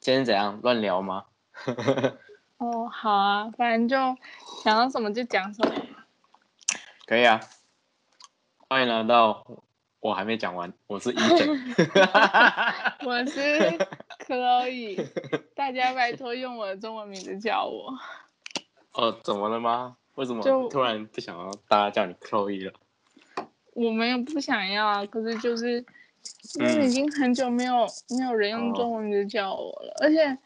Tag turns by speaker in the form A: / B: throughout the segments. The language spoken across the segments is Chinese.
A: 今天怎样乱聊吗？
B: 哦，好啊，反正就想到什么就讲什么。
A: 可以啊。欢迎来到，我还没讲完，我是一 整。
B: 我 是 Chloe，大家拜托用我的中文名字叫我。
A: 哦，怎么了吗？为什么
B: 就
A: 突然不想要大家叫你 Chloe 了？
B: 我没有不想要啊，可是就是因为
A: 嗯
B: 已经很久没有没有人用
A: 哦嗯
B: 中文名字叫我了，而且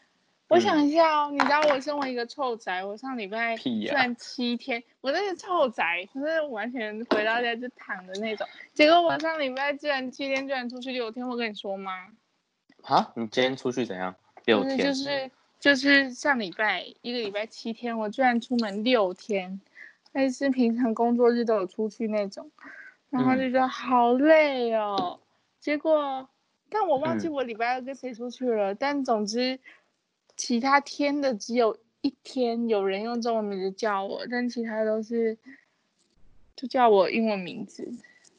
B: 我想一下哦，你知道我身为一个臭宅，我上礼拜
A: 屁
B: 虽
A: 呀
B: 然七天，我那是臭宅，可是完全回到家就躺的那种，结果我上礼拜居然七天居然出去六天，我跟你说吗？
A: 啊，你今天出去怎样？六天。嗯
B: 就是就是就是上礼拜一个礼拜七天，我居然出门六天，但是平常工作日都有出去那种，然后
A: 嗯
B: 就觉得好累哦。结果，但我忘记
A: 嗯
B: 我礼拜二跟谁出去了，但总之其他天的只有一天有人用中文名字叫我，但其他都是就叫我英文名字。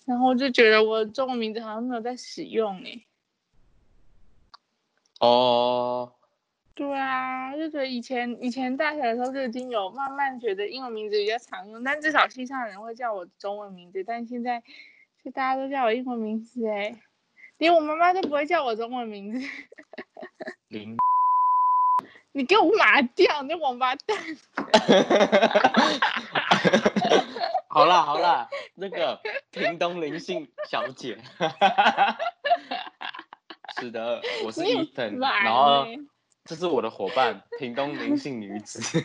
B: 然后我就觉得我中文名字好像没有在使用欸诶、
A: 哦，
B: 对啊，就觉得以前以前大学的时候就已经有慢慢觉得英文名字比较常用，但至少系上人会叫我中文名字，但现在就大家都叫我英文名字哎、连我妈妈都不会叫我中文名字，
A: 零。
B: 你给我麻掉，你这王八蛋！
A: 好啦好啦，那个屏东林姓小姐， 是的，我是
B: 你有
A: 伊藤，
B: 完
A: 然后
B: 欸
A: 这是我的伙伴，屏东林姓女子。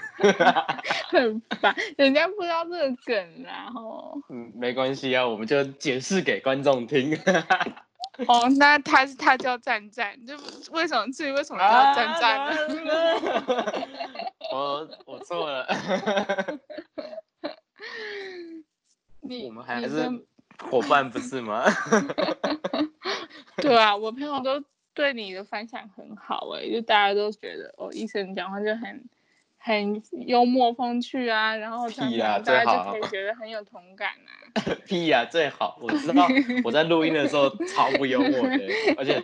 B: 很烦，人家不知道这个梗啦吼。
A: 嗯，没关系啊，我们就解释给观众听。
B: 啊哦，那他是他叫赞赞，就为什么至于为什么叫
A: 啊
B: 赞赞呢？
A: 呢？ 我我错了，
B: 你
A: 我们还
B: 你
A: 是
B: 跟
A: 伙伴不是吗？
B: 对啊，我朋友都对你的反响很好哎、就大家都觉得哦，医生讲话就很很幽默风趣啊，然后常
A: 屁啦
B: 常大
A: 最
B: 家就
A: 好
B: 可以觉得很有同感啊。
A: 屁呀、最好我知 道我在录音的时候超不幽默的，而且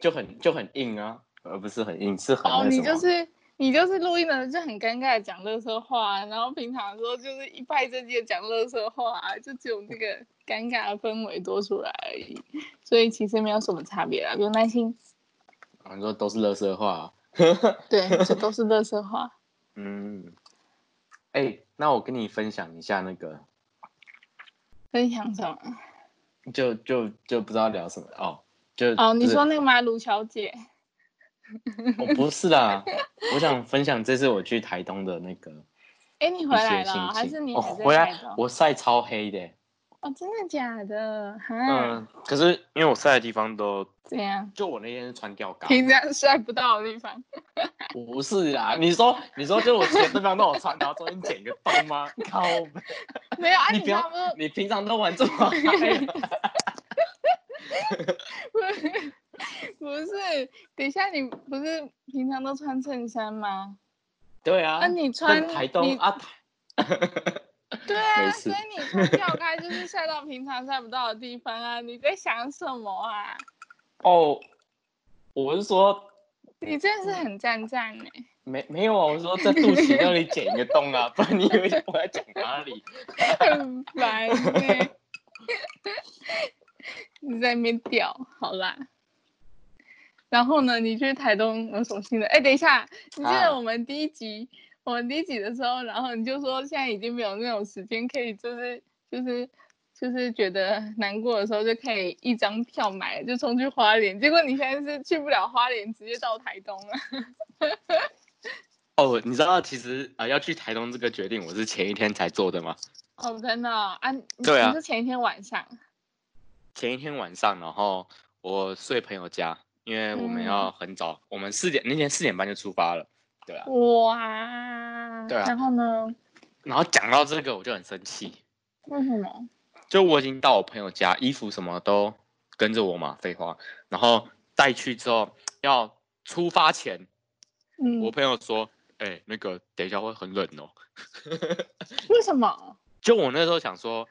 A: 就很就很硬啊，而不是很硬，是很
B: 哦，
A: 那
B: 你
A: 什
B: 就
A: 么。
B: 是你就是录音的时候就很尴尬的讲乐色话，啊然后平常的时候就是一派正经的讲乐色话，啊就只有这个尴尬的氛围多出来而已，所以其实没有什么差别啦，不用担心。
A: 啊你说都是乐色话、啊
B: 对，这都是乐色话。
A: 嗯，哎、那我跟你分享一下那个，
B: 分享什么？
A: 就就就不知道聊什么哦，就
B: 哦，
A: 就
B: 你
A: 是
B: 说那个吗？卢小姐。
A: 我不是啦，我想分享这次我去台东的那个
B: 哎，你
A: 一
B: 回来
A: 些心
B: 了，
A: 情。
B: 还是你
A: 哦，
B: 还在
A: 回来
B: 台中
A: 我晒超黑的欸、
B: 哦，真的假的？哈，
A: 嗯，可是因为我晒的地方都，
B: 这样
A: 就我那天是穿吊嘎，
B: 平常晒不到的地方，
A: 不是啦，你说你说就是我全身上都有穿，然后中间剪个洞吗？靠北！
B: 没 有啊？
A: 你
B: 你
A: 不要
B: 差不多，
A: 你平常都玩这么嗨啊吗？
B: 不是？等一下，你不是平常都穿衬衫吗？
A: 对啊，
B: 啊，你穿
A: 但台东
B: 你
A: 啊，台
B: 对
A: 没
B: 啊，
A: 事
B: 所以你穿吊带就是 晒到平常晒不到的地方啊！你在想什么啊？
A: 哦，我是说
B: 你真
A: 嗯
B: 的是很赞赞呢。
A: 没没有啊，我是说在肚脐那里剪一个洞 啊，不然你以为我在讲哪里？
B: 很 烦呢、你在那边屌，好啦。然后呢，你去台东有什么新的？哎，等一下，你记
A: 啊
B: 得我们第一集，我们第一集的时候，然后你就说现在已经没有那种时间可以，就是就是就是觉得难过的时候就可以一张票买就冲去花莲，结果你现在是去不了花莲，直接到台东了。
A: 哦，你知道其实啊、呃要去台东这个决定，我是前一天才做的吗？
B: 哦，真的哦、啊？
A: 对啊
B: 你是前一天晚上。
A: 前一天晚上，然后我睡朋友家，因为我们
B: 嗯
A: 要很早，我们四点那天四点半就出发了，对啊。
B: 哇，
A: 对啊
B: 然后呢？
A: 然后讲到这个，我就很生气，
B: 为什么？
A: 就我已经到我朋友家，衣服什么都跟着我嘛，废话。然后带去之后，要出发前，
B: 嗯，
A: 我朋友说：“哎、那个等一下会很冷哦。”
B: 为什么？
A: 就我那时候想说，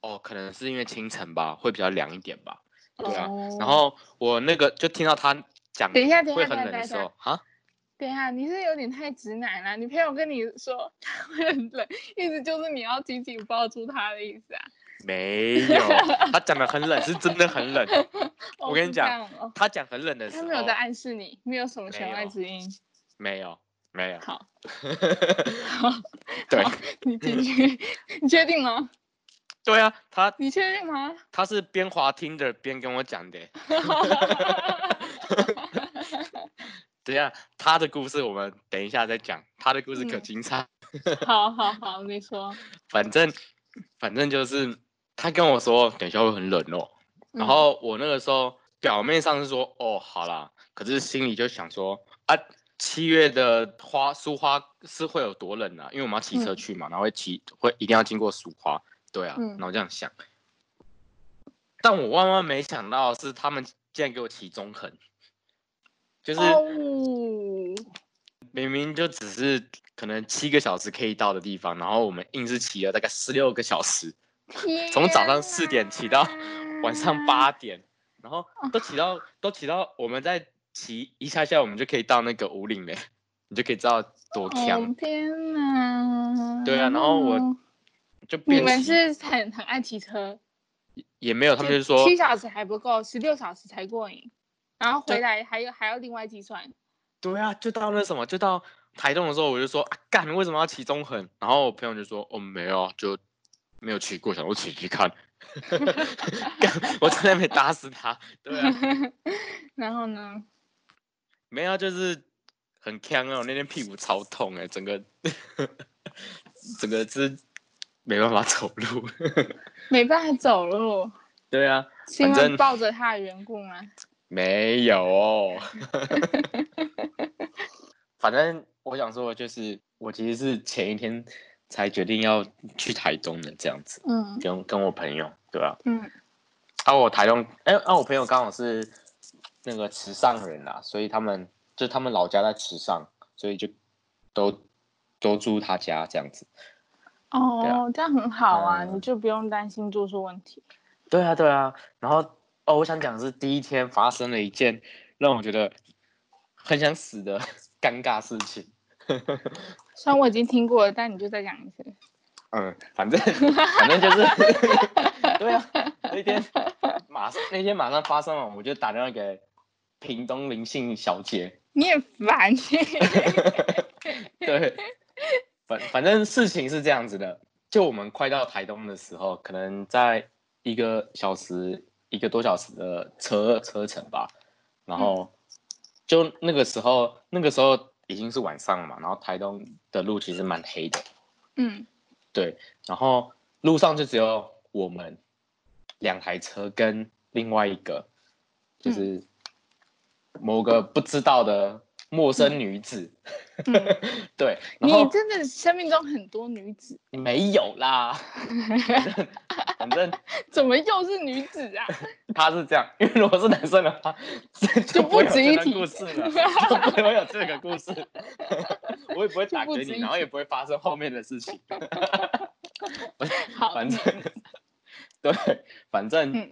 A: 哦，可能是因为清晨吧，会比较凉一点吧。对啊
B: 哦
A: 然后我那个就听到他讲
B: 等一下等一
A: 会
B: 下
A: 很
B: 等一
A: 冷
B: 下等
A: 的
B: 一
A: 时
B: 下
A: 候啊，
B: 等一下，你是有点太直男了。你朋友跟你说 他会很冷，意思就是你要紧紧抱住他的意思啊。
A: 没有，他讲的很冷，是真的很冷。
B: 哦
A: 我跟你
B: 是
A: 讲
B: 这样哦
A: 他讲很冷的时
B: 他
A: 候，
B: 没有在暗示你，没有什么弦
A: 没
B: 外
A: 有
B: 之音。
A: 没有，没有，
B: 好，好，
A: 对
B: 好，你继续。你确定吗？
A: 对啊，他
B: 你确定吗？
A: 他是边滑听的边跟我讲的。等一下，他的故事我们等一下再讲，他的故事可
B: 嗯
A: 精彩。
B: 好好好，你说。
A: 反正反正就是他跟我说，等一下会很冷哦。
B: 嗯
A: 然后我那个时候表面上是说哦好啦，可是心里就想说啊，七月的花苏花是会有多冷啊？因为我们要骑车
B: 嗯
A: 去嘛，然后会骑会一定要经过苏花，对啊，
B: 嗯
A: 然后这样想。但我万万没想到是他们竟然给我骑中横，就
B: 嗯
A: 是
B: 哦，
A: 明明就只是可能七个小时可以到的地方，然后我们硬是骑了大概十六个小时，从早上4点起到
B: 嗯
A: 晚上八点，然后
B: 哦
A: 都骑到都骑到，我们再骑一下下，我们就可以到那个五岭嘞，你就可以知道多
B: 天哪。
A: 强
B: 哦。天哪！
A: 啊对啊，然后我就
B: 你
A: 边
B: 们
A: 骑
B: 是很很爱骑车，
A: 也没有，他们就
B: 就
A: 说
B: 七小时还不够，十六小时才过瘾，然后回
A: 对
B: 来还有还要另外计算。
A: 对啊，就到那什么，就到台东的时候，我就说啊，干，为什么要骑中横？然后我朋友就说，哦，没有啊，就没有骑过，想说骑骑看。 干，我真的没打死他。对啊，
B: 然后呢？
A: 没有啊，就是很呛啊，我那天屁股超痛哎、整个整个是没办法走路。
B: 没办法走路，
A: 对啊，
B: 是因
A: 反
B: 为
A: 正
B: 抱着他的缘故吗？
A: 没有哦。 反正我想说，的就是我其实是前一天才决定要去台东的，这样子，
B: 嗯
A: 跟跟我朋友，对吧、
B: 嗯
A: 啊？我台东，哎、啊，我朋友刚好是那个池上人啦，所以他们就他们老家在池上，所以就都都住他家这样子。对啊
B: 哦，这样很好啊，
A: 嗯
B: 你就不用担心住宿问题。
A: 对啊，对啊。然后哦，我想讲的是第一天发生了一件让我觉得很想死的 尴尬事情。
B: 虽然我已经听过了，但你就再讲一次。
A: 嗯，反正反 正就是，对啊，那天马上那天马上发生了，我就打电话给屏东林姓小姐，
B: 你也烦，
A: 对，反反正事情是这样子的，就我们快到台东的时候，可能在一个小时一个多小时的车车程吧，然
B: 嗯
A: 后就那个时候那个时候已经是晚上了嘛，然后台东的路其实蛮黑的，
B: 嗯
A: 对，然后路上就只有我们两台车跟另外一个，
B: 嗯
A: 就是某个不知道的陌生女子。
B: 嗯，
A: 对，然
B: 你
A: 后
B: 真的生命中很多女子，
A: 没有啦， 反正
B: 怎么又是女子 啊？
A: 他是这样，因为如果是男生的话，这
B: 就
A: 不会
B: 不
A: 有
B: 值一
A: 这个
B: 提
A: 故事了， 就不会有这个故事， 我也不会打
B: 就不
A: 给
B: 值
A: 你，
B: 一
A: 然后也
B: 提
A: 不会发生后面的事情。
B: 好，
A: 反正 对，反正、
B: 嗯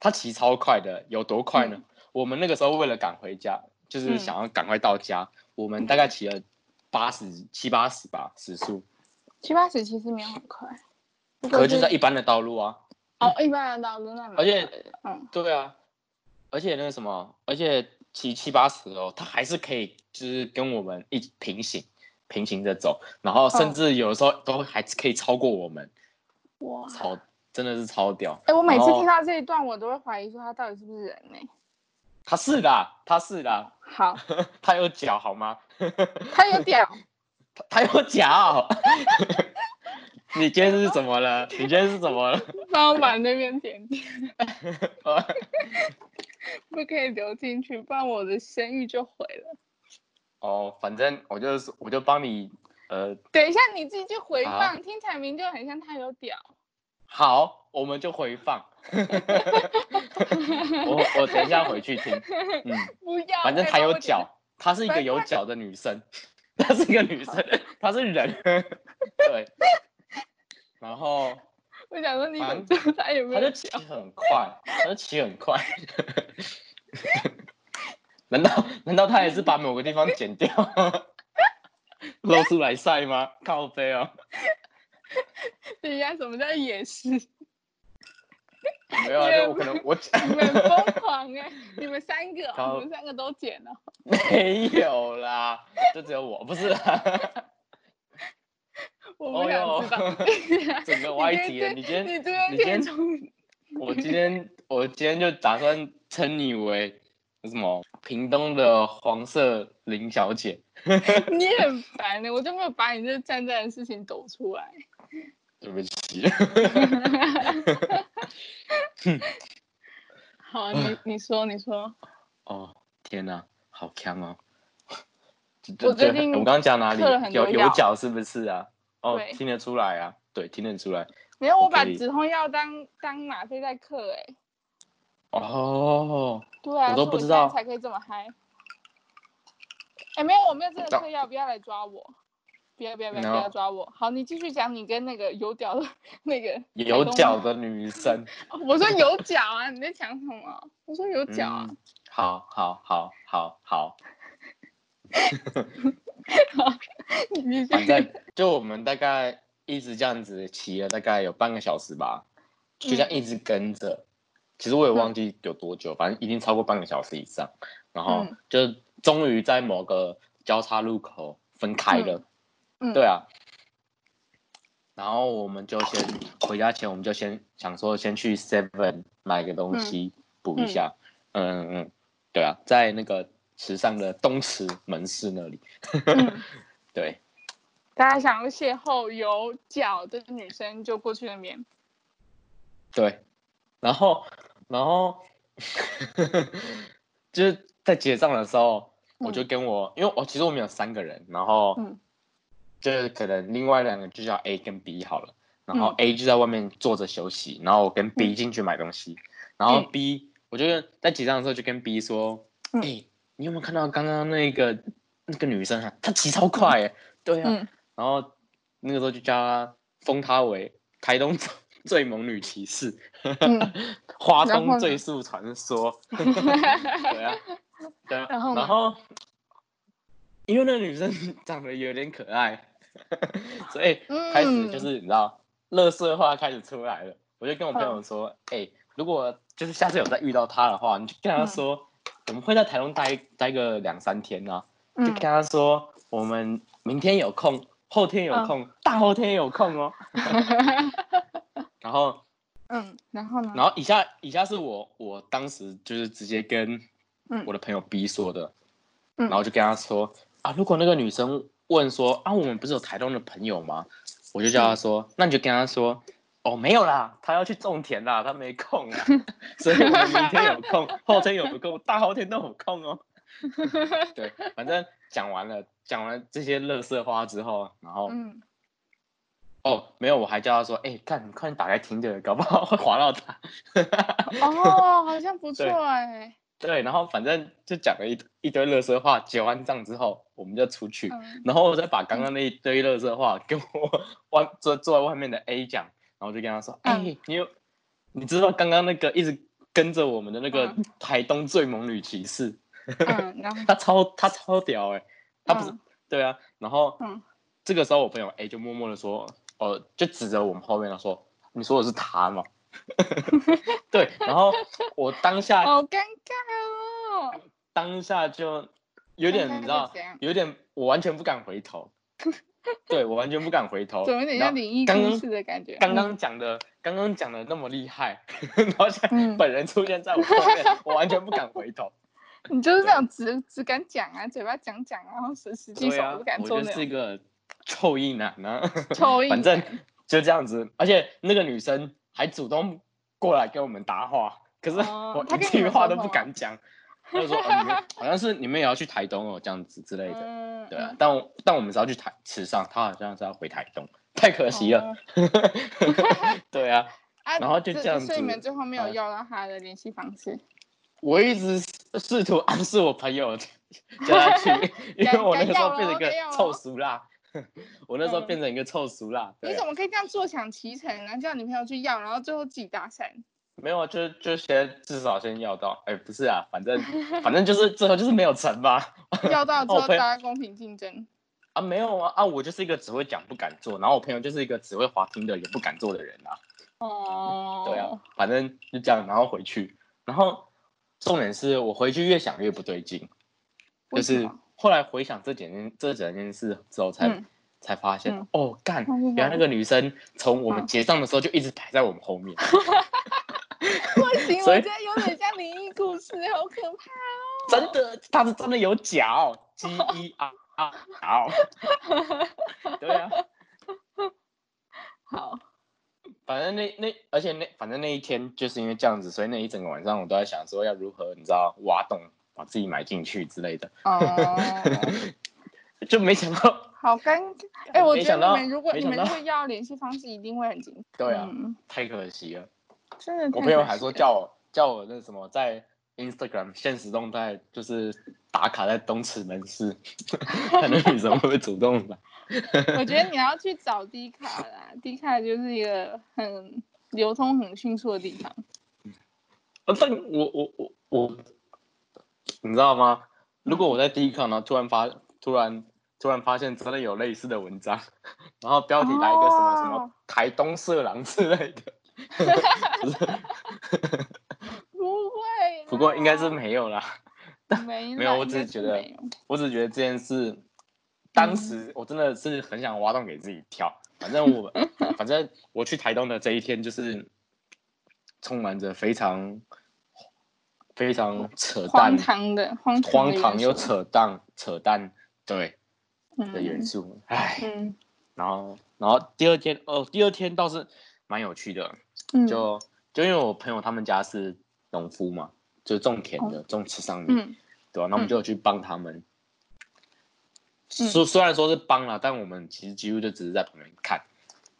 A: 他骑超快的，有多快呢？
B: 嗯
A: 我们那个时候为了赶回家，就是
B: 嗯
A: 想要赶快到家，我们大概骑了八十七八十吧时速，
B: 七八十其实没有很快，不过
A: 可是就在一般的道路啊。
B: 哦一般的道路那蛮
A: 而且
B: 快的嗯
A: 对啊，而且那个什么，而且骑七八十哦，他还是可以就是跟我们一起平行平行着走，然后甚
B: 哦
A: 至有时候都还可以超过我们，
B: 哇，
A: 超真的是超屌。
B: 哎、我每次
A: 然后
B: 听到这一段，我都会怀疑说他到底是不是人呢、
A: 他是的，他是的，
B: 好，
A: 他有脚好吗？
B: 他有点
A: 他有脚。 你今天是怎么了？你今天是怎么了？
B: 帮我把那边剪掉，不可以流进去，不然我的声誉就毁了。
A: 哦，反正我就是我就帮你呃，
B: 等一下你自己去回
A: 好
B: 放，听起来名就很像他有屌。
A: 好，我们就回放。 我我等一下回去听，嗯，
B: 不要，
A: 反正
B: 拜
A: 她
B: 托
A: 有
B: 我
A: 脚，她是一个有脚的女生，她是一个女生，她是人， 对，然后
B: 我想说你
A: 反
B: 怎么知道他有没
A: 他
B: 有
A: 就骑
B: 脚？
A: 很快，他就骑很快。 难道难道他也是把某个地方剪掉， 露出来晒吗？靠背哦，
B: 人家什么叫也是？
A: 没有啊，
B: 也
A: 就我可能我
B: 你们很疯狂哎、你们三个、
A: 好
B: 哦，你们三个都剪了、
A: 没有啦，就只有我不是啦，
B: 我不想知道。
A: 哦整个歪题了。你今天
B: 你这边
A: 你今天
B: 变成
A: 我今天我今天就打算称你为那什么屏东的黄色林小姐。
B: 你很烦的、欸我就没有把你这站站的事情抖出来。
A: 对不起，
B: 好，啊
A: 嗯
B: 你你说你说，
A: 哦天哪、好强哦！
B: 我最近
A: 我刚刚讲哪里
B: 嗑了很多
A: 有有
B: 药
A: 脚是不是啊？哦
B: 对，
A: 听得出来啊，对，听得出来。
B: 没有
A: 我
B: 我把
A: 可以
B: 止痛药当当吗啡在嗑哎、
A: 哦，
B: 对啊，
A: 我都
B: 所以
A: 不知
B: 现在
A: 道
B: 才可以这么嗨。哎、没有，我没有真的
A: 那
B: 嗑药，不要来抓我，不要不要不要
A: 然
B: 不
A: 后
B: 要抓我。好，你继续讲你跟那个有屌的那个
A: 有
B: 台东
A: 脚的女生，
B: 哦我说有脚啊，你在讲什么？我说有脚啊，
A: 嗯，好好好好好，
B: 你你
A: 反正就我们大概一直这样子骑了大概有半个小时吧，就这样
B: 嗯
A: 一直跟着。其实我也忘记有多久，反正一定超过半个小时以上。然后
B: 嗯
A: 就终于在某个交叉路口分开了。
B: 嗯嗯
A: 对啊。然后我们就先回家前，我们就先想说先去 Seven 买个东西补
B: 嗯
A: 一下。嗯嗯嗯，对啊，在那个池上的东池门市那里。
B: 嗯
A: 对，
B: 大家想要邂逅有脚的女生就过去那边。
A: 对，然后然后 就是在结账的时候，我就跟我，因为我其实我们有三个人，然后
B: 嗯
A: 就是可能另外两个就叫 A 跟 B 好了，然后
B: 嗯
A: A 就在外面坐着休息，然后我跟 B 进去买东西，然后 B 我就在结账的时候就跟 B 说，哎、
B: 嗯
A: 你有没有看到刚刚那个那个女生啊？她骑超快耶、对啊，
B: 嗯，
A: 然后那个时候就叫她封她为台东 最最萌女骑士，
B: 嗯
A: 花
B: 然后
A: 东
B: 呢
A: 最速传说， 对啊，对啊，
B: 然后呢
A: 然后因为那个女生长得有点可爱， 所以
B: 嗯
A: 开始就是你知道，乐色化开始出来了。我就跟我朋友说，哎、
B: 嗯
A: 如果就是下次有再遇到她的话，你就跟她说，
B: 嗯
A: 我们会在台东待待个两三天啊，就
B: 嗯
A: 跟，她说，我们明天有空，后天有
B: 嗯
A: 空，大后天有空哦。 然后
B: 嗯，然后呢？
A: 然后以下以下是我我当时就是直接跟
B: 嗯
A: 我的朋友 B 说的，
B: 嗯
A: 然后就跟他说啊，如果那个女生问说啊，我们不是有台东的朋友吗？我就叫他说，那你就跟他说，哦，没有啦，他要去种田啦，他没空 啦，所以我们明天有空，后天有空，大后天都有空 哦。对，反正讲完了，讲完这些乐色话之后，然后、
B: 嗯，
A: 哦，没有，我还叫他说，哎、看，你快点打开听的，搞不好会划到他。
B: 哦，好像不错
A: 对
B: 哎，
A: 对，然后反正就讲了一一堆乐色话，结完账之后我们就出去，
B: 嗯
A: 然后我再把刚刚那一堆乐色话跟我外坐坐在外面的 A 讲，然后就跟他说，哎、
B: 嗯
A: 你有你知道刚刚那个一直跟着我们的那个
B: 嗯
A: 台东最萌女骑士，
B: 嗯，然后
A: 她超她超屌哎、她不是、
B: 嗯
A: 对啊，然后、
B: 嗯
A: 这个时候我朋友 A 就默默的说，哦，就指着我们后面的说，你说的是她吗？ 对，然后我当下
B: 好尴尬哦，
A: 当下就有点
B: 当下
A: 你知道
B: 是怎样，
A: 有点我完全不敢回头， 对我完全不敢回头，
B: 怎么有点
A: 然
B: 像嗯
A: 后
B: 灵异
A: 刚
B: 故
A: 刚
B: 事的感觉？
A: 刚刚讲的刚刚讲的那么厉害， 然后现在
B: 嗯
A: 本人出现在我后面，我完全不敢回 头。
B: 嗯你就是那种只只敢讲啊，嘴巴讲讲，然后实实际
A: 对
B: 手
A: 啊
B: 不敢，
A: 我
B: 做
A: 就
B: 那
A: 是
B: 种
A: 个臭硬男啊，
B: 抽
A: 反
B: 硬
A: 正就这样子，而且那个女生还主动过来跟我们搭话，可是
B: 哦
A: 我
B: 她
A: 一
B: 跟你
A: 句
B: 们
A: 话
B: 说
A: 都
B: 什
A: 不
B: 么
A: 敢讲。她就说、哦你们好像是你们也要去台东哦，这样子之类的。
B: 嗯，
A: 对啊
B: 嗯，，
A: 但我但我们是要去台池上，他好像是要回台东，太可惜了。
B: 哦
A: 对啊，
B: 啊
A: 然后就这样
B: 所以你
A: 子
B: 们最后没有
A: 嗯
B: 要到他的联系方式，
A: 我一直试试图暗示我朋友 叫他去，因为我那个时候变成一个
B: 该要咯
A: 臭俗辣， 我那时候变成一个臭俗辣。
B: 嗯你
A: 对
B: 怎
A: 啊，
B: 么可以这样坐享其成呢？叫你朋友去要，然后最后自己搭讪，
A: 没有啊，就就先至少先要到，哎，不是啊，反 正反正就是最后就是没有成吧。
B: 要到之
A: 哦
B: 后
A: 我朋
B: 大
A: 友
B: 家公平竞争，
A: 啊，没有啊，啊，我就是一个只会讲不敢做，然后我朋友就是一个只会滑听的也不敢做的人啊。
B: 哦，
A: 对啊，反正就这样，然后回去，然后重点是我回去越想越不对劲，就
B: 为什
A: 是
B: 么
A: 后来回想这件这整件事之后才，才、
B: 嗯
A: 发现，
B: 嗯
A: 哦，干
B: 发现，
A: 原来
B: 什
A: 那个女生从我们
B: 嗯
A: 结账的时候就一直排在我们后面，
B: 不行，
A: 所
B: 我
A: 以
B: 觉得有点像灵异故事，好可怕哦！
A: 真的，她是真的有脚，G E R R，对啊，
B: 好，
A: 反正那那而且那反正那一天就是因为这样子，所以那一整个晚上我都在想说要如何你知道挖洞把自己埋进去之类的，
B: 哦，
A: 就没想到。
B: 好尴 尬。哎、我
A: 没
B: 觉
A: 想
B: 得
A: 到
B: 你们如果
A: 没
B: 你
A: 想
B: 们
A: 到
B: 如果要联系方式，一定会很紧张。
A: 对啊
B: 嗯、
A: 太可惜了。
B: 真的太可惜了。
A: 我朋友还说叫我叫我那什么，在 Instagram 现实动态就是打卡在东池门市， 看那女生会不会主动来。
B: 我觉得你要去找迪卡啦，迪卡就是一个很流通很迅速的地方。
A: 啊但我我我我，你知道吗？如果我在第一看，然后突然发突然突然发现真的有类似的文章，然后标题来一个什么什
B: 哦
A: 么台东色狼之类的，不是
B: 不会啦，
A: 不过应该是没有啦。
B: 没
A: 没
B: 啦
A: 有我
B: 应
A: 只
B: 该
A: 是觉
B: 没
A: 得
B: 有
A: 我只觉得这件事，当
B: 嗯
A: 时我真的是很想挖洞给自己跳。反正 我，反正我去台东的这一天，就是充满着非常非常扯淡、
B: 荒唐的荒唐的
A: 荒
B: 元
A: 唐又
B: 素
A: 扯淡、扯淡对的元
B: 嗯
A: 素。唉，
B: 嗯
A: 然后然后第二天哦，第二天倒是蛮有趣的，
B: 嗯
A: 就就因为我朋友他们家是农夫嘛，就是种田的，种池上米。
B: 哦嗯
A: 对吧、那我们
B: 嗯
A: 就有去帮他们。虽、虽然说是帮了，但我们其实几乎就只是在旁边看。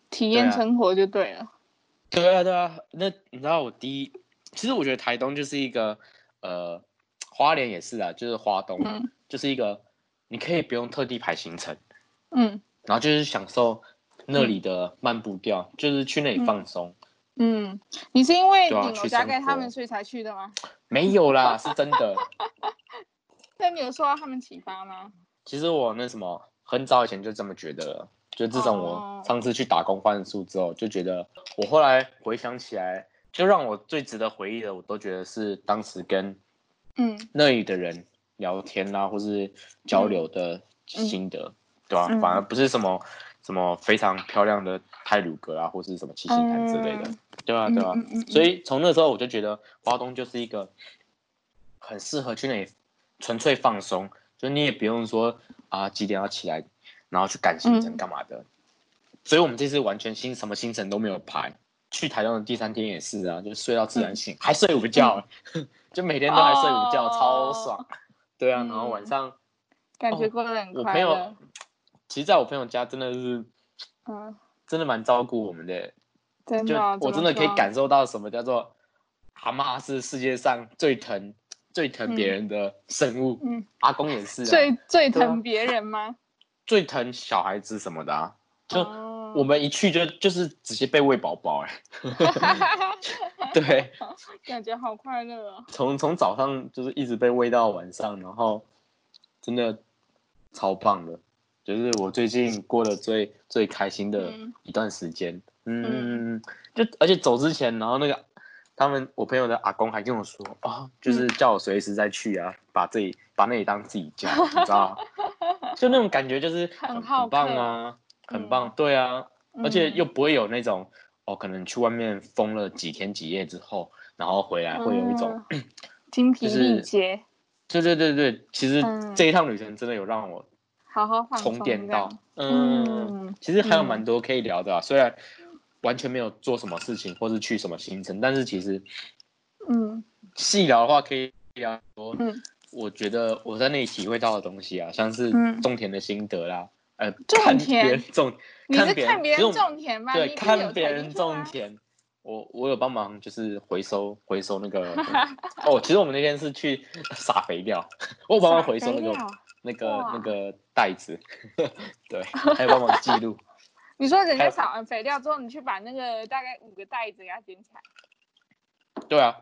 B: 体
A: 对
B: 验
A: 啊
B: 生活就对了。
A: 对啊，对啊。那你知道我第一，其实我觉得台东就是一个呃，花莲也是啊，就是花东、
B: 嗯
A: 就是一个你可以不用特地排行程，
B: 嗯
A: 然后就是享受那里的漫步调，就是去那里放松。
B: 嗯，你是因为
A: 对啊
B: 你
A: 去
B: 有加
A: 生
B: 盖他们
A: 活
B: 所以才去的吗？
A: 没有啦，是真的。
B: 那你有受到他们启发吗？
A: 其实我那什么，很早以前就这么觉得了。就自从我
B: 哦
A: 上次去打工换宿之后，就觉得我后来回想起来，就让我最值得回忆的，我都觉得是当时跟
B: 嗯
A: 那里的人聊天啦、或是交流的心得，对吧、
B: 嗯
A: 反而不是什么什么非常漂亮的泰鲁格啊，或是什么七星潭之类的，
B: 嗯
A: 对吧、
B: 嗯
A: 对吧、
B: 嗯嗯，
A: 所
B: 以
A: 以从那时候我就觉得花东就是一个很适合去那里纯粹放松，就你也不用说啊几点要起来，然后去赶行程
B: 嗯
A: 干嘛的。所以我们这次完全新什么行程都没有排。去台东的第三天也是啊，就睡到自
B: 嗯
A: 然醒，还睡午觉， 就每天都还睡午觉，超
B: 哦
A: 爽。对啊，然后晚
B: 嗯
A: 上、
B: 感觉
A: 哦
B: 过得很
A: 我
B: 快
A: 朋友
B: 乐。，
A: 其实在我朋友家真的是
B: 嗯，
A: 真的蛮照顾我们的，
B: 真
A: 就
B: 的哦，
A: 我
B: 怎
A: 真
B: 么
A: 的可以
B: 说
A: 感受到什么叫做阿妈是世界上最疼、最疼别人的生物，
B: 嗯，
A: 阿公也是、啊、
B: 最最
A: 对啊
B: 疼别人吗？
A: 最疼小孩子什么的啊。就
B: 哦
A: 我们一去就就是直接被喂饱饱哎， 对，
B: 感觉好快乐哦。
A: 从从早上就是一直被喂到晚上，然后真的超棒的，就是我最近过得最最开心的
B: 嗯
A: 一段时间。嗯，就而且走之前，然后那个他们我朋友的阿公还跟我说，哦，
B: 嗯
A: 就是叫我随时再去啊，把这里把那里当自己家，你知 道吗？就那种感觉就是
B: 很好
A: 很棒
B: 客
A: 啊，很
B: 嗯
A: 棒，对啊，而且
B: 嗯
A: 又不会有那种哦，可能去外面疯了几天几夜之后，然后回来会有一
B: 嗯
A: 种，
B: 精疲
A: 就是
B: 力竭，
A: 对对对对，其实
B: 嗯
A: 这一趟旅程真的有让我
B: 好好放松
A: 充电
B: 这样
A: 到，嗯，
B: 嗯
A: 其实还有蛮
B: 嗯
A: 多可以聊的、啊，虽然完全没有做什么事情或是去什么行程，但是其实
B: 嗯
A: 细聊的话可以聊很多，
B: 嗯，
A: 我觉得我在那里体会到的东西啊，像是
B: 嗯
A: 种田的心得啦，呃，
B: 种
A: 看别
B: 田
A: 人种，
B: 你是
A: 别
B: 看别
A: 其实
B: 人
A: 我们
B: 种田吧？你
A: 对，
B: 一定有
A: 看别
B: 才进
A: 人
B: 去
A: 种
B: 啊，
A: 田，我我有帮忙，就是回收回收那 个哦。其实我们那天是去撒肥料， 我有帮忙
B: 撒
A: 回收那
B: 肥
A: 个
B: 料
A: 那个
B: 哇
A: 那个袋子，对，还有帮忙记录。
B: 你说人
A: 还
B: 家
A: 有
B: 撒完肥料之后，你去把那个大概五个袋子给它捡起来，
A: 对啊，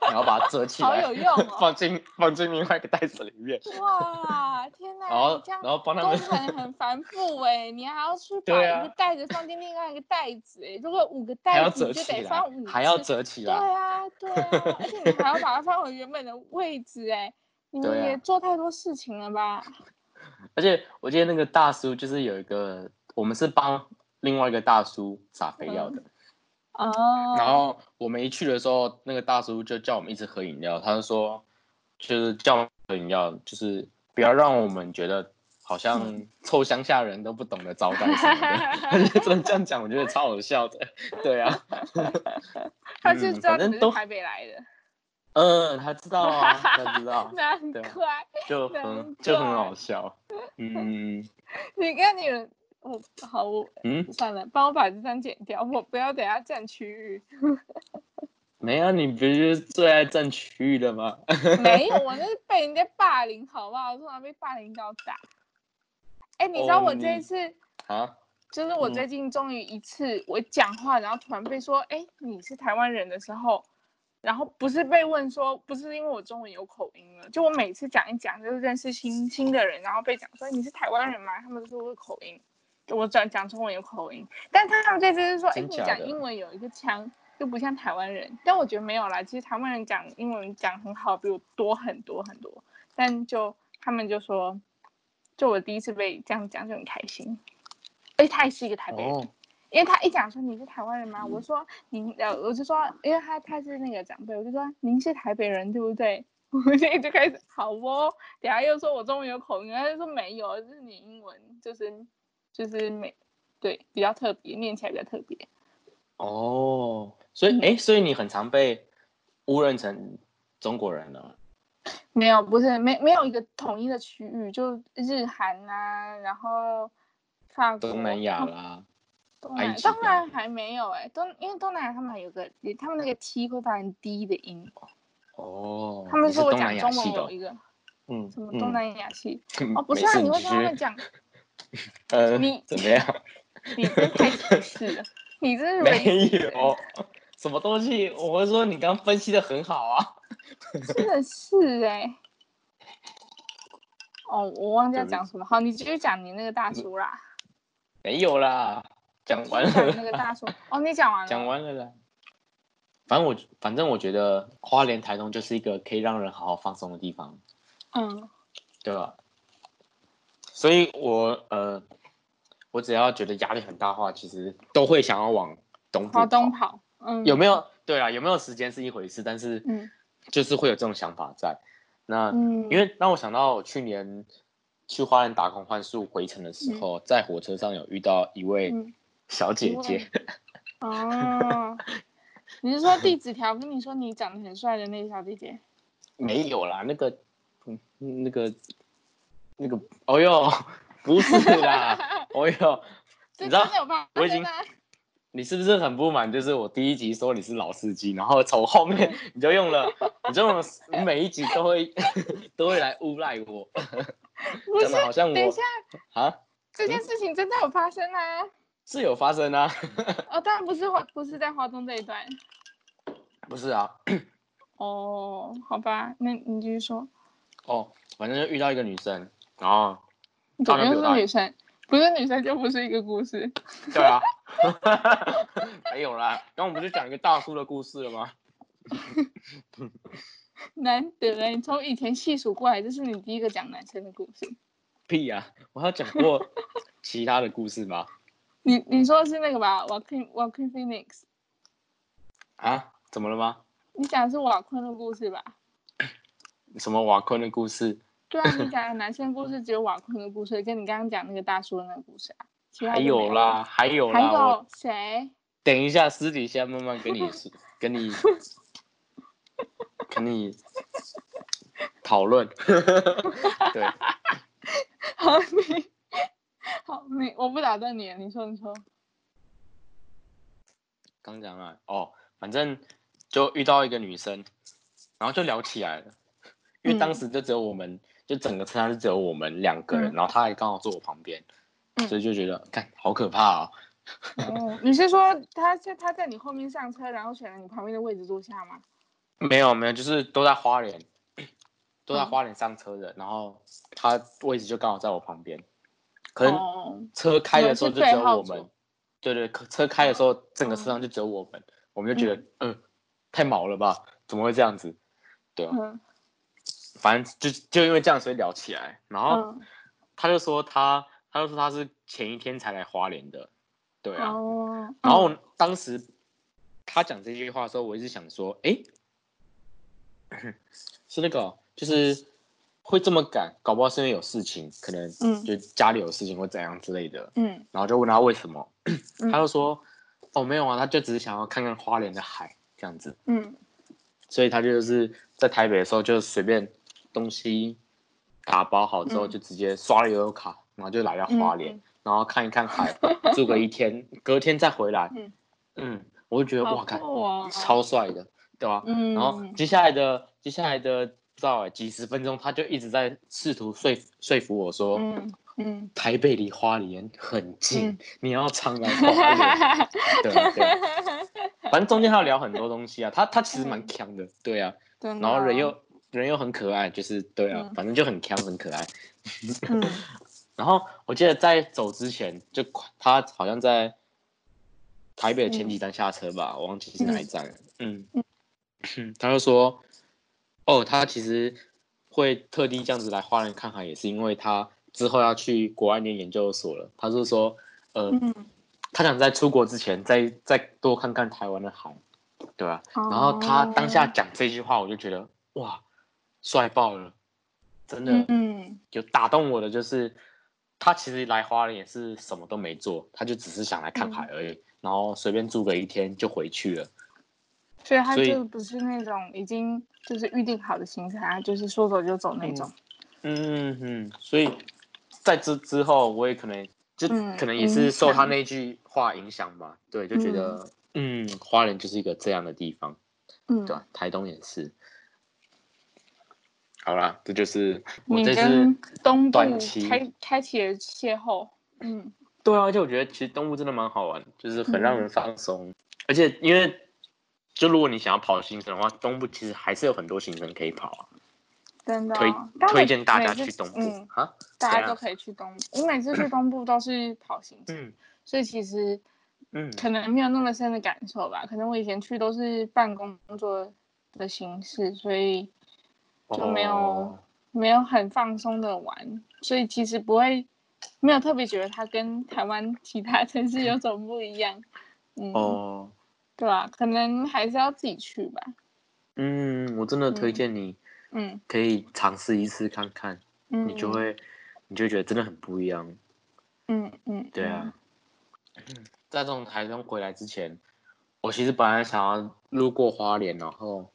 A: 然后把它折起
B: 好
A: 来，
B: 有用哦！
A: 放进放进另外一个袋子里面，
B: 哇，天哪！
A: 然后
B: 你这样
A: 然后帮他
B: 工
A: 们
B: 程很繁复哎、你还要去把
A: 对
B: 一
A: 啊
B: 个袋子放进另外一个袋子哎、如果五个
A: 还
B: 袋
A: 要
B: 子
A: 折
B: 你就
A: 起
B: 得
A: 来
B: 放五，
A: 还要
B: 次
A: 折起
B: 对
A: 来，
B: 啊，对啊，而且你还要把它放回原本的位置哎、你
A: 对啊
B: 也做太多事情了吧？
A: 而且我记得那个大叔就是有一个，我们是帮另外一个大叔撒肥
B: 嗯
A: 料的，
B: 哦，
A: 然后我们一去的时候，那个大叔就叫我们一直喝饮料，他就说，就是叫我们喝饮料，就是不要让我们觉得好像臭乡下人都不懂得招待什么 的。他就真的这样讲，我觉得超好笑的。对啊，
B: 他是
A: 嗯
B: 知道
A: 反
B: 你
A: 正
B: 是
A: 都
B: 台北来的，，
A: 嗯，他知道啊，他知道
B: 那很
A: 对啊
B: 可爱。
A: 就
B: 难
A: 很就很
B: 怪
A: 好笑。 嗯
B: 你看你们，我好，我
A: 嗯，
B: 算了，帮我把这张剪掉，我不要等下占区域。
A: 没啊，你不是最爱占区域的吗？
B: 没有，我那是被人家霸凌，好不好？我从小被霸凌到大。哎、你知道
A: 哦
B: 我这一
A: 你
B: 次，
A: 啊，
B: 就是我
A: 嗯
B: 最近终于一次我讲话，然后突然被说，哎、你是台湾人的时候，然后不是被问说，不是因为我中文有口音了，就我每次讲一讲，就是认识新新的人，然后被讲说你是台湾人吗？他们都说我有口音，就我讲讲中文有口音，但他们这次是说，哎、
A: 真
B: 你
A: 假
B: 讲
A: 的
B: 英文有一个腔，就不像台湾人，但我觉得没有啦，其实台湾人讲英文讲很好，比我多很多很多，但就他们就说，就我第一次被这样讲就很开心，而且他也是一个台北人。
A: 哦，嗯
B: 因为他一讲说你是台湾人吗？我说您呃，我就说，因为他他是那个长辈，我就说您是台北人对不对？ 我现在就开始好哦，等下又说我中文有口音，他就说没有，就是你英文就是就是美，对，比较特别，念起来比较特别。
A: 哦，所以哎、所以你很常被误认成中国人哦了。
B: 没有，不是没没有一个统一的区域，就日韩啊，然后法国、
A: 东南亚啦，
B: 东南
A: 埃
B: 亚
A: 及
B: 东
A: 啊
B: 南亚还没有哎、东因为东南亚他们还有个，他们那个 T 会发成 D 的音，
A: 哦，
B: 他们
A: 你是
B: 说我
A: 东南
B: 讲
A: 亚
B: 中
A: 系
B: 文
A: 的
B: 有
A: 哦，
B: 一个。
A: 嗯，
B: 什么
A: 嗯
B: 东南亚系？
A: 嗯
B: 哦，不
A: 没
B: 是啊，
A: 事
B: 你会
A: 继
B: 跟他
A: 续
B: 们讲，
A: 呃，
B: 你
A: 怎么 样？
B: 你真太歧视了，你真是
A: 没
B: racist 欸
A: 有，什么东西？我是说你刚分析的很好啊。
B: 真的是哎、哦，我忘记要
A: 对不
B: 讲什么。好，你继续讲你那个大叔啦。
A: 没有啦，讲完
B: 讲那
A: 了，
B: 个大叔。哦，你讲完 了。
A: 讲。完了啦。反正我反正我觉得花莲台东就是一个可以让人好好放松的地方，
B: 嗯，
A: 对吧？所以我呃，我只要觉得压力很大的话，其实都会想要往东部
B: 华东
A: 跑
B: 跑。嗯。
A: 有没有？对啊，有没有时间是一回事，但是
B: 嗯
A: 就是会有这种想法在。那、
B: 嗯，
A: 因为让我想到我去年去花莲打工换宿回程的时候，在火车上有遇到一位
B: 嗯
A: 小姐姐，
B: 哦，你是说递纸条跟你说你长得很帅的那个小姐姐？
A: 没有啦，那个嗯那个那个，哦哟，不是 啦，哦哟，
B: 这
A: 你知
B: 真
A: 道
B: 的有发
A: 我已经
B: 生啊
A: 你是不是很不满？就是我第一集说你是老司机，然后从后面
B: 嗯
A: 你就用了，你就用了每一集都会 都会来诬赖我，
B: 不
A: 讲
B: 是
A: 的，好像
B: 等一
A: 我
B: 下，
A: 啊
B: 这件事情真的有发生啊。
A: 是有发生啊，
B: 哦，当然不是华，不是在华东这一段。
A: 不是啊，
B: 哦，好吧，那你继续说。
A: 哦，反正就遇到一个女生，然 后
B: 怎
A: 当
B: 么
A: 然
B: 又
A: 有
B: 是
A: 啦
B: 女生？不是女生就不是一个故事。
A: 对啊， 没有啦，刚我们就讲一个大叔的故事了吗？
B: 难得哎，你从以前细数过来，这是你第一个讲男生的故事。
A: 屁呀、我还有讲过其他的故事吗？
B: 你你说的是那个吧？瓦昆瓦昆 Phoenix，
A: 啊，怎么了吗？
B: 你讲的是瓦昆的故事吧？
A: 什么瓦昆的故事？
B: 对啊，你讲的男生故事只有瓦昆的故事，跟你刚刚讲那个大叔的那个故事啊。其他
A: 还
B: 就没
A: 有啦，
B: 了，
A: 还有
B: 还
A: 啦，我
B: 有谁？
A: 等一下私底下慢慢跟你说，跟你跟你讨论。 对，
B: 好你，好你，我不打断你了，你说你说。
A: 刚讲啊，哦，反正就遇到一个女生，然后就聊起来了，因为当时就只有我们，就整个车上就只有我们两个人，
B: 嗯嗯
A: 然后她还刚好坐我旁边，
B: 嗯
A: 所以就觉得，看好可怕哦。
B: 哦，你是说他在他在你后面上车，然后选了你旁边的位置坐下吗？
A: 没有没有，就是都在花莲，都在
B: 嗯
A: 花莲上车的，然后他位置就刚好在我旁边，可能
B: 哦，
A: 车开的时候就只有我
B: 你们是对号
A: 们
B: 座，
A: 对对，可车开的时候整个车上就只有我们，我们就觉得嗯，太毛了吧，怎么会这样子？对啊，
B: 嗯
A: 反正就就因为这样所以聊起来，然后
B: 嗯，
A: 他就说他他就说他是前一天才来花莲的，对啊，
B: 哦，
A: 然后当时他讲这句话的时候，我一直想说，诶， 是那个哦，就是会这么赶，搞不好是因为有事情，可能
B: 嗯
A: 就家里有事情或怎样之类的。
B: 嗯
A: 然后就问他为什么，
B: 嗯
A: 他就说，哦，没有啊，他就只是想要看看花莲的海这样子，
B: 嗯
A: 所以他就是在台北的时候就随便东西打包好之后，
B: 嗯
A: 就直接刷了悠游卡，然后就来到
B: 嗯，
A: 花莲。然后看一看海， 住个一天，隔天再回来。
B: 嗯
A: 嗯我就觉得
B: 好
A: 哇，看
B: 酷哦
A: 超帅的，对吧、
B: 嗯，
A: 然后接下来的接下来的不知道哎，几十分钟他就一直在试图说服说服我说，
B: 嗯嗯，
A: 台北离花莲很近，
B: 嗯
A: 你要常来花莲。 对啊对啊，反正中间还有聊很多东西啊，他他其实蛮
B: 嗯
A: 强的，对啊，
B: 真的
A: 然后人又人又很可爱，就是对啊，
B: 嗯
A: 反正就很强很可爱。
B: 嗯
A: 然后我记得在走之前，就快他好像在台北的前
B: 嗯
A: 几站下车吧，我忘记是哪一站了。嗯，
B: 嗯
A: 他就说，哦，他其实会特地这样子来花莲看海，也是因为他之后要去国外念研究所了。他就说，呃，
B: 嗯，
A: 他想在出国之前再再多看看台湾的海，对吧、 然后他
B: 哦
A: 当下讲这句话，我就觉得哇，帅爆了，真的。
B: 嗯嗯
A: 有打动我的就是，他其实来花莲也是什么都没做，他就只是想来
B: 嗯
A: 看海而已，然后随便住个一天就回去了。
B: 所以他
A: 所以
B: 就不是那种已经就是预定好的行程啊，就是说走就走那种。
A: 嗯嗯，所以在之之后，我也可能就
B: 嗯
A: 可能也是受他那句话影响吧，对，就觉得嗯，花莲就是一个这样的地方，
B: 嗯，
A: 对吧、啊台东也是。好啦，这就是我
B: 你
A: 这
B: 跟
A: 次
B: 东部
A: 短期
B: 开开启了邂逅。嗯
A: 对啊，而且我觉得其实动物真的蛮好玩，就是很让
B: 嗯
A: 人放松。而且因为就如果你想要跑行程的话，东部其实还是有很多行程可以跑啊。
B: 真的
A: 推
B: 哦、但我
A: 推荐大家
B: 每
A: 去
B: 次
A: 东部
B: 嗯，
A: 啊，怎
B: 大家都
A: 样
B: 可以去东部。我每次去东部都是跑行程，
A: 嗯
B: 所以其实
A: 嗯
B: 可能没有那么深的感受吧。可能我以前去都是办工作的形式，所以就没有
A: 哦
B: 没有很放松的玩， 所以其实不会没有特别觉得它跟台湾其他城市有什么不一样。嗯，
A: 哦
B: 对吧、可能还是要自己去吧。
A: 嗯，我真的推荐你
B: 嗯
A: 可以尝试一次看看，
B: 嗯，
A: 你就会你就会觉得真的很不一样。
B: 嗯嗯，
A: 对啊，在从台中回来之前，我其实本来想要路过花莲，然后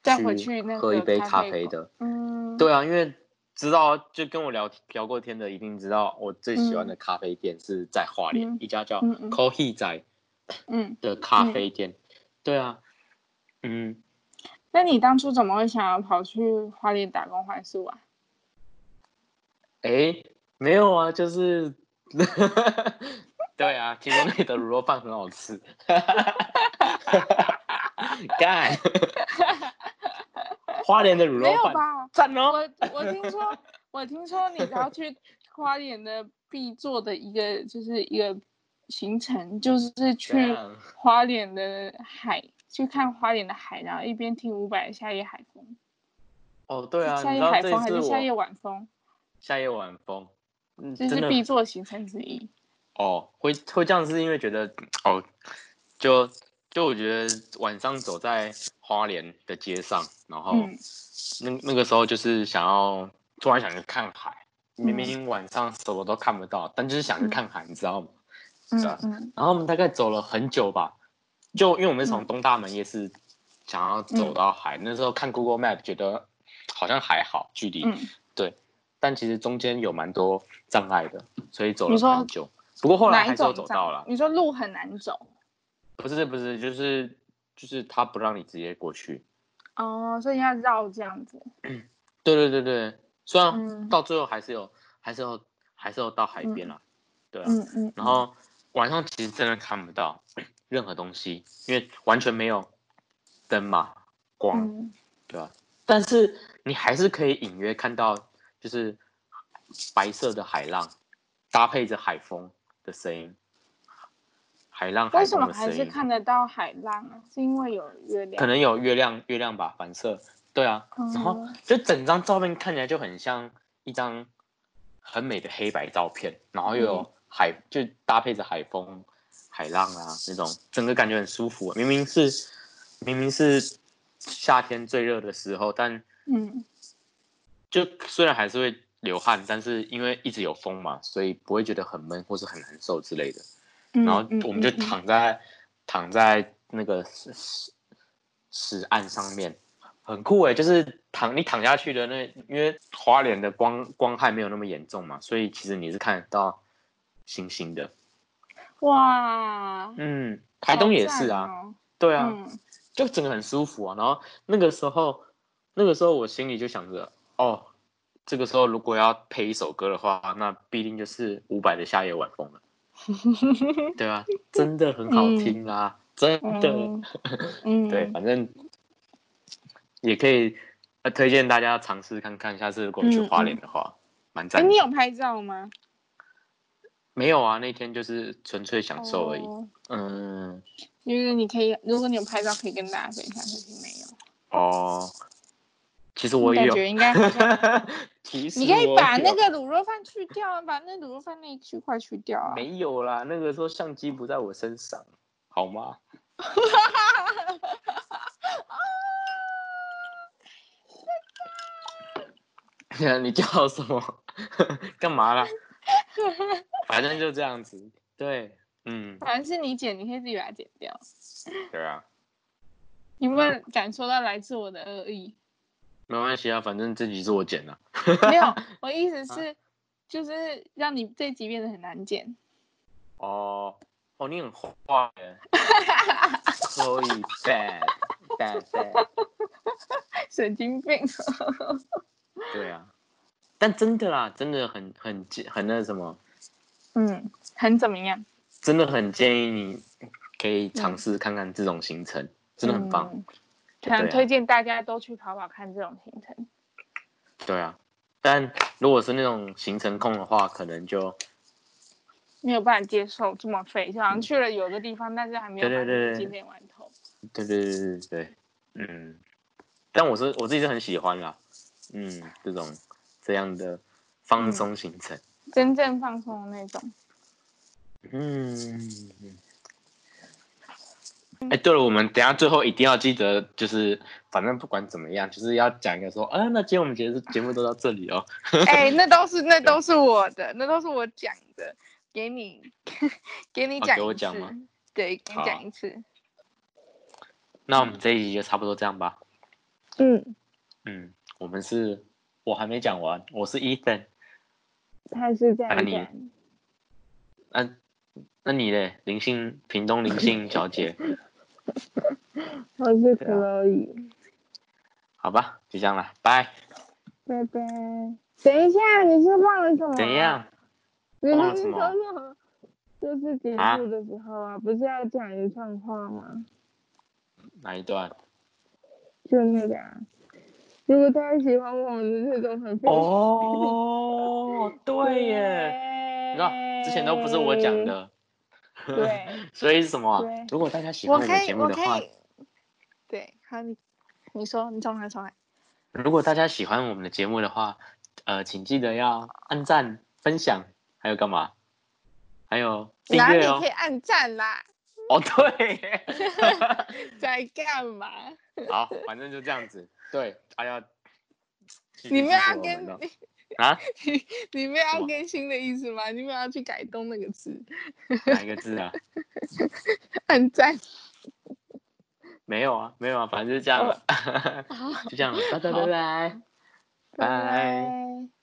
B: 再回去那个
A: 喝一杯
B: 咖
A: 咖
B: 啡
A: 啡
B: 馆
A: 的。
B: 嗯，嗯，
A: 对啊，因为知道就跟我聊聊过天的，一定知道我最喜欢的
B: 嗯
A: 咖啡店是在花莲、
B: 嗯
A: 一家叫
B: 嗯嗯
A: Coffee 仔
B: 嗯。
A: 的咖啡店。对啊，嗯，
B: 那你当初怎么会想要跑去花莲打工换宿啊？
A: 诶，没有啊，就是， 对啊，其中那里的卤肉饭很好吃，干，花莲的卤
B: 没
A: 肉
B: 有
A: 饭
B: 吧？
A: 赞哦，
B: 我我听说， 我听说你只要去花莲的必做的一个就是一个行程，就是去
A: 怎样
B: 花莲的海，去看花莲的海，然后一边听伍佰的《夏夜海风》
A: 哦，对啊，
B: 夏
A: 你知
B: 夜
A: 道
B: 海
A: 这
B: 风还
A: 一
B: 是
A: 次
B: 夏夜
A: 我
B: 晚风，
A: 夏夜晚风，嗯，
B: 这
A: 真
B: 是
A: 的
B: 必做行程之一。
A: 哦，会会这样是因为觉得哦，就就我觉得晚上走在花莲的街上，然后
B: 嗯
A: 那那个时候就是想要突然想去看海，明
B: 嗯
A: 明晚上什么都看不到，但就是想去看海，你知道吗？
B: 嗯
A: 是啊
B: 嗯
A: 然后我们大概走了很久吧，就因为我们是从
B: 嗯
A: 东大门夜市想要走
B: 嗯
A: 到海，那时候看 Google Map 觉得好像还好距离，
B: 嗯，
A: 对，但其实中间有蛮多障碍的，所以走
B: 你
A: 了
B: 说
A: 很久。不过后来
B: 哪
A: 还
B: 一
A: 是有
B: 种
A: 走
B: 障
A: 到了，
B: 你说路很难走
A: 不是不是，就是就是他不让你直接过去。
B: 哦，所以要绕这样子。
A: 对对对对，虽然
B: 嗯
A: 到最后还是有，还是有，还是有到海边啦，对啊。
B: 嗯嗯，
A: 然后晚上其实真的看不到任何东西，因为完全没有灯嘛，光，
B: 嗯，
A: 对吧？但是你还是可以隐约看到，就是白色的海浪搭配着海风的声音，海浪海
B: 为什
A: 风
B: 么
A: 的
B: 还
A: 声
B: 是
A: 音，
B: 看得到海浪啊？是因为有月
A: 可
B: 亮？
A: 能有月亮月亮吧反射，对啊，然后
B: 嗯
A: 就整张照片看起来就很像一张很美的黑白照片，然后又有海，就搭配着海风、海浪啊那种，整个感觉很舒服。啊明明是明明是夏天最热的时候，但
B: 嗯，
A: 就虽然还是会流汗，但是因为一直有风嘛，所以不会觉得很闷或是很难受之类的。
B: 嗯
A: 然后
B: 嗯
A: 我们就
B: 嗯嗯
A: 躺在、躺在那个石石石岸上面，很酷哎、就是躺你躺下去的那，因为花莲的光光害没有那么严重嘛，所以其实你是看得到星星的。
B: 哇，
A: 嗯，台东也是啊，
B: 好
A: 对
B: 赞
A: 啊，
B: 哦，
A: 就整个很舒服啊。然后那个时候，那个时候我心里就想着，哦，这个时候如果要配一首歌的话，那必定就是伍佰的《夏夜晚风》了。 对啊，真的很好听啊，真
B: 嗯，
A: 的。
B: 嗯，嗯
A: 对，，啊反正也可以、呃、推荐大家尝试看看，下次如果你去
B: 嗯
A: 花
B: 嗯
A: 莲的话，蛮
B: 哎，
A: 赞的。
B: 你有拍照吗？
A: 没有啊，那天就是纯粹享受而已。
B: 哦
A: 嗯，
B: 就是你可以，如果你有拍照，可以跟大家分享，可是没有。
A: 哦，其实我也
B: 感
A: 有。
B: 觉应 该好像，
A: 其实
B: 你可以
A: 我
B: 把
A: 有
B: 那个卤肉饭去掉啊，把那卤肉饭那一区块去掉啊。
A: 没有啦，那个时候相机不在我身上，好吗？ 你叫什么？ 干嘛 啦？反正就这样子。对，嗯，
B: 反正是你剪，你可以自己把它剪掉。
A: 对啊，
B: 你有没有感受到来自我的恶意？
A: 没关系啊，反正这集是我剪的。
B: 没有，我意
A: 啊
B: 思是，就是让你这集变得很难剪。
A: 哦，哦，你很坏 耶，so bad bad bad。
B: 神经病。
A: 对啊，但真的啦，真的很很很那什么，
B: 嗯，很怎么样？
A: 真的很建议你可以尝试看看这种行程，真的很棒。
B: 嗯。可能
A: 对啊
B: 推荐大家都去跑跑看这种行程。
A: 对啊，但如果是那种行程控的话，可能就
B: 没有办法接受这么费，就好像去了有个地方，但是还没
A: 嗯
B: 有
A: 对
B: 把
A: 对对对
B: 经练完透。
A: 对对对对对，嗯。但我是我自己是很喜欢啦，嗯，这种这样的放松行程，
B: 真正放松的那种。
A: 嗯。哎、对了，我们等一下最后一定要记得，就是反正不管怎么样，就是要讲一个说，啊，那今天我们节目节目都到这里哦。
B: 哎、那都是那都是我的，那都是我讲的，给你 给你
A: 哦
B: 讲
A: 给我
B: 一次，
A: 讲吗
B: 对，给你
A: 好
B: 讲一次。
A: 那我们这一集就差不多这样吧。
B: 嗯，
A: 嗯，我们是，我还没讲完，我是 Ethan，
B: 他是这样
A: 那
B: 讲
A: 你。那、那你嘞，林姓屏东林姓小姐，
B: 我是
A: 对啊
B: 可以，
A: 好吧，就这样了，拜。
B: 拜拜。等一下，你是忘了什么？啊
A: 怎？样？
B: 你
A: 忘了
B: 不是
A: 什
B: 说
A: 么
B: 什么？就是结
A: 啊
B: 束的时候啊，不是要讲一段话吗？
A: 哪一 段？
B: 就那个、啊，如果大家喜欢我们的这种很
A: 哦，对耶，
B: 耶
A: 你知道之前都不是我讲，的，
B: 对，
A: 所以是什么啊
B: 对？
A: 如果大家喜
B: 我
A: 欢我
B: 可
A: 们节
B: 以，
A: 目
B: 我
A: 的
B: 可
A: 话，
B: 以，对，好，你你说，你重来，重来，
A: 如果大家喜欢我们的节目的话，呃，请记得要按赞、分享，还有干嘛？还有订
B: 哪里
A: 阅哦
B: 可以。按赞啦？
A: 哦，对 耶，
B: 在干 嘛？
A: 好，反正就这样子。对，哎呀，继续
B: 你们
A: 支持
B: 要
A: 我
B: 跟
A: 的
B: 你
A: 啊？
B: 你们
A: 什
B: 要
A: 么
B: 更新的意思吗？你们要去改动那个字，
A: 哪一个字啊？
B: 按赞。
A: 没有啊，没有啊，
B: 哦
A: 反正就这样了，
B: 好，
A: 就这样了，拜拜拜拜。拜
B: 拜拜。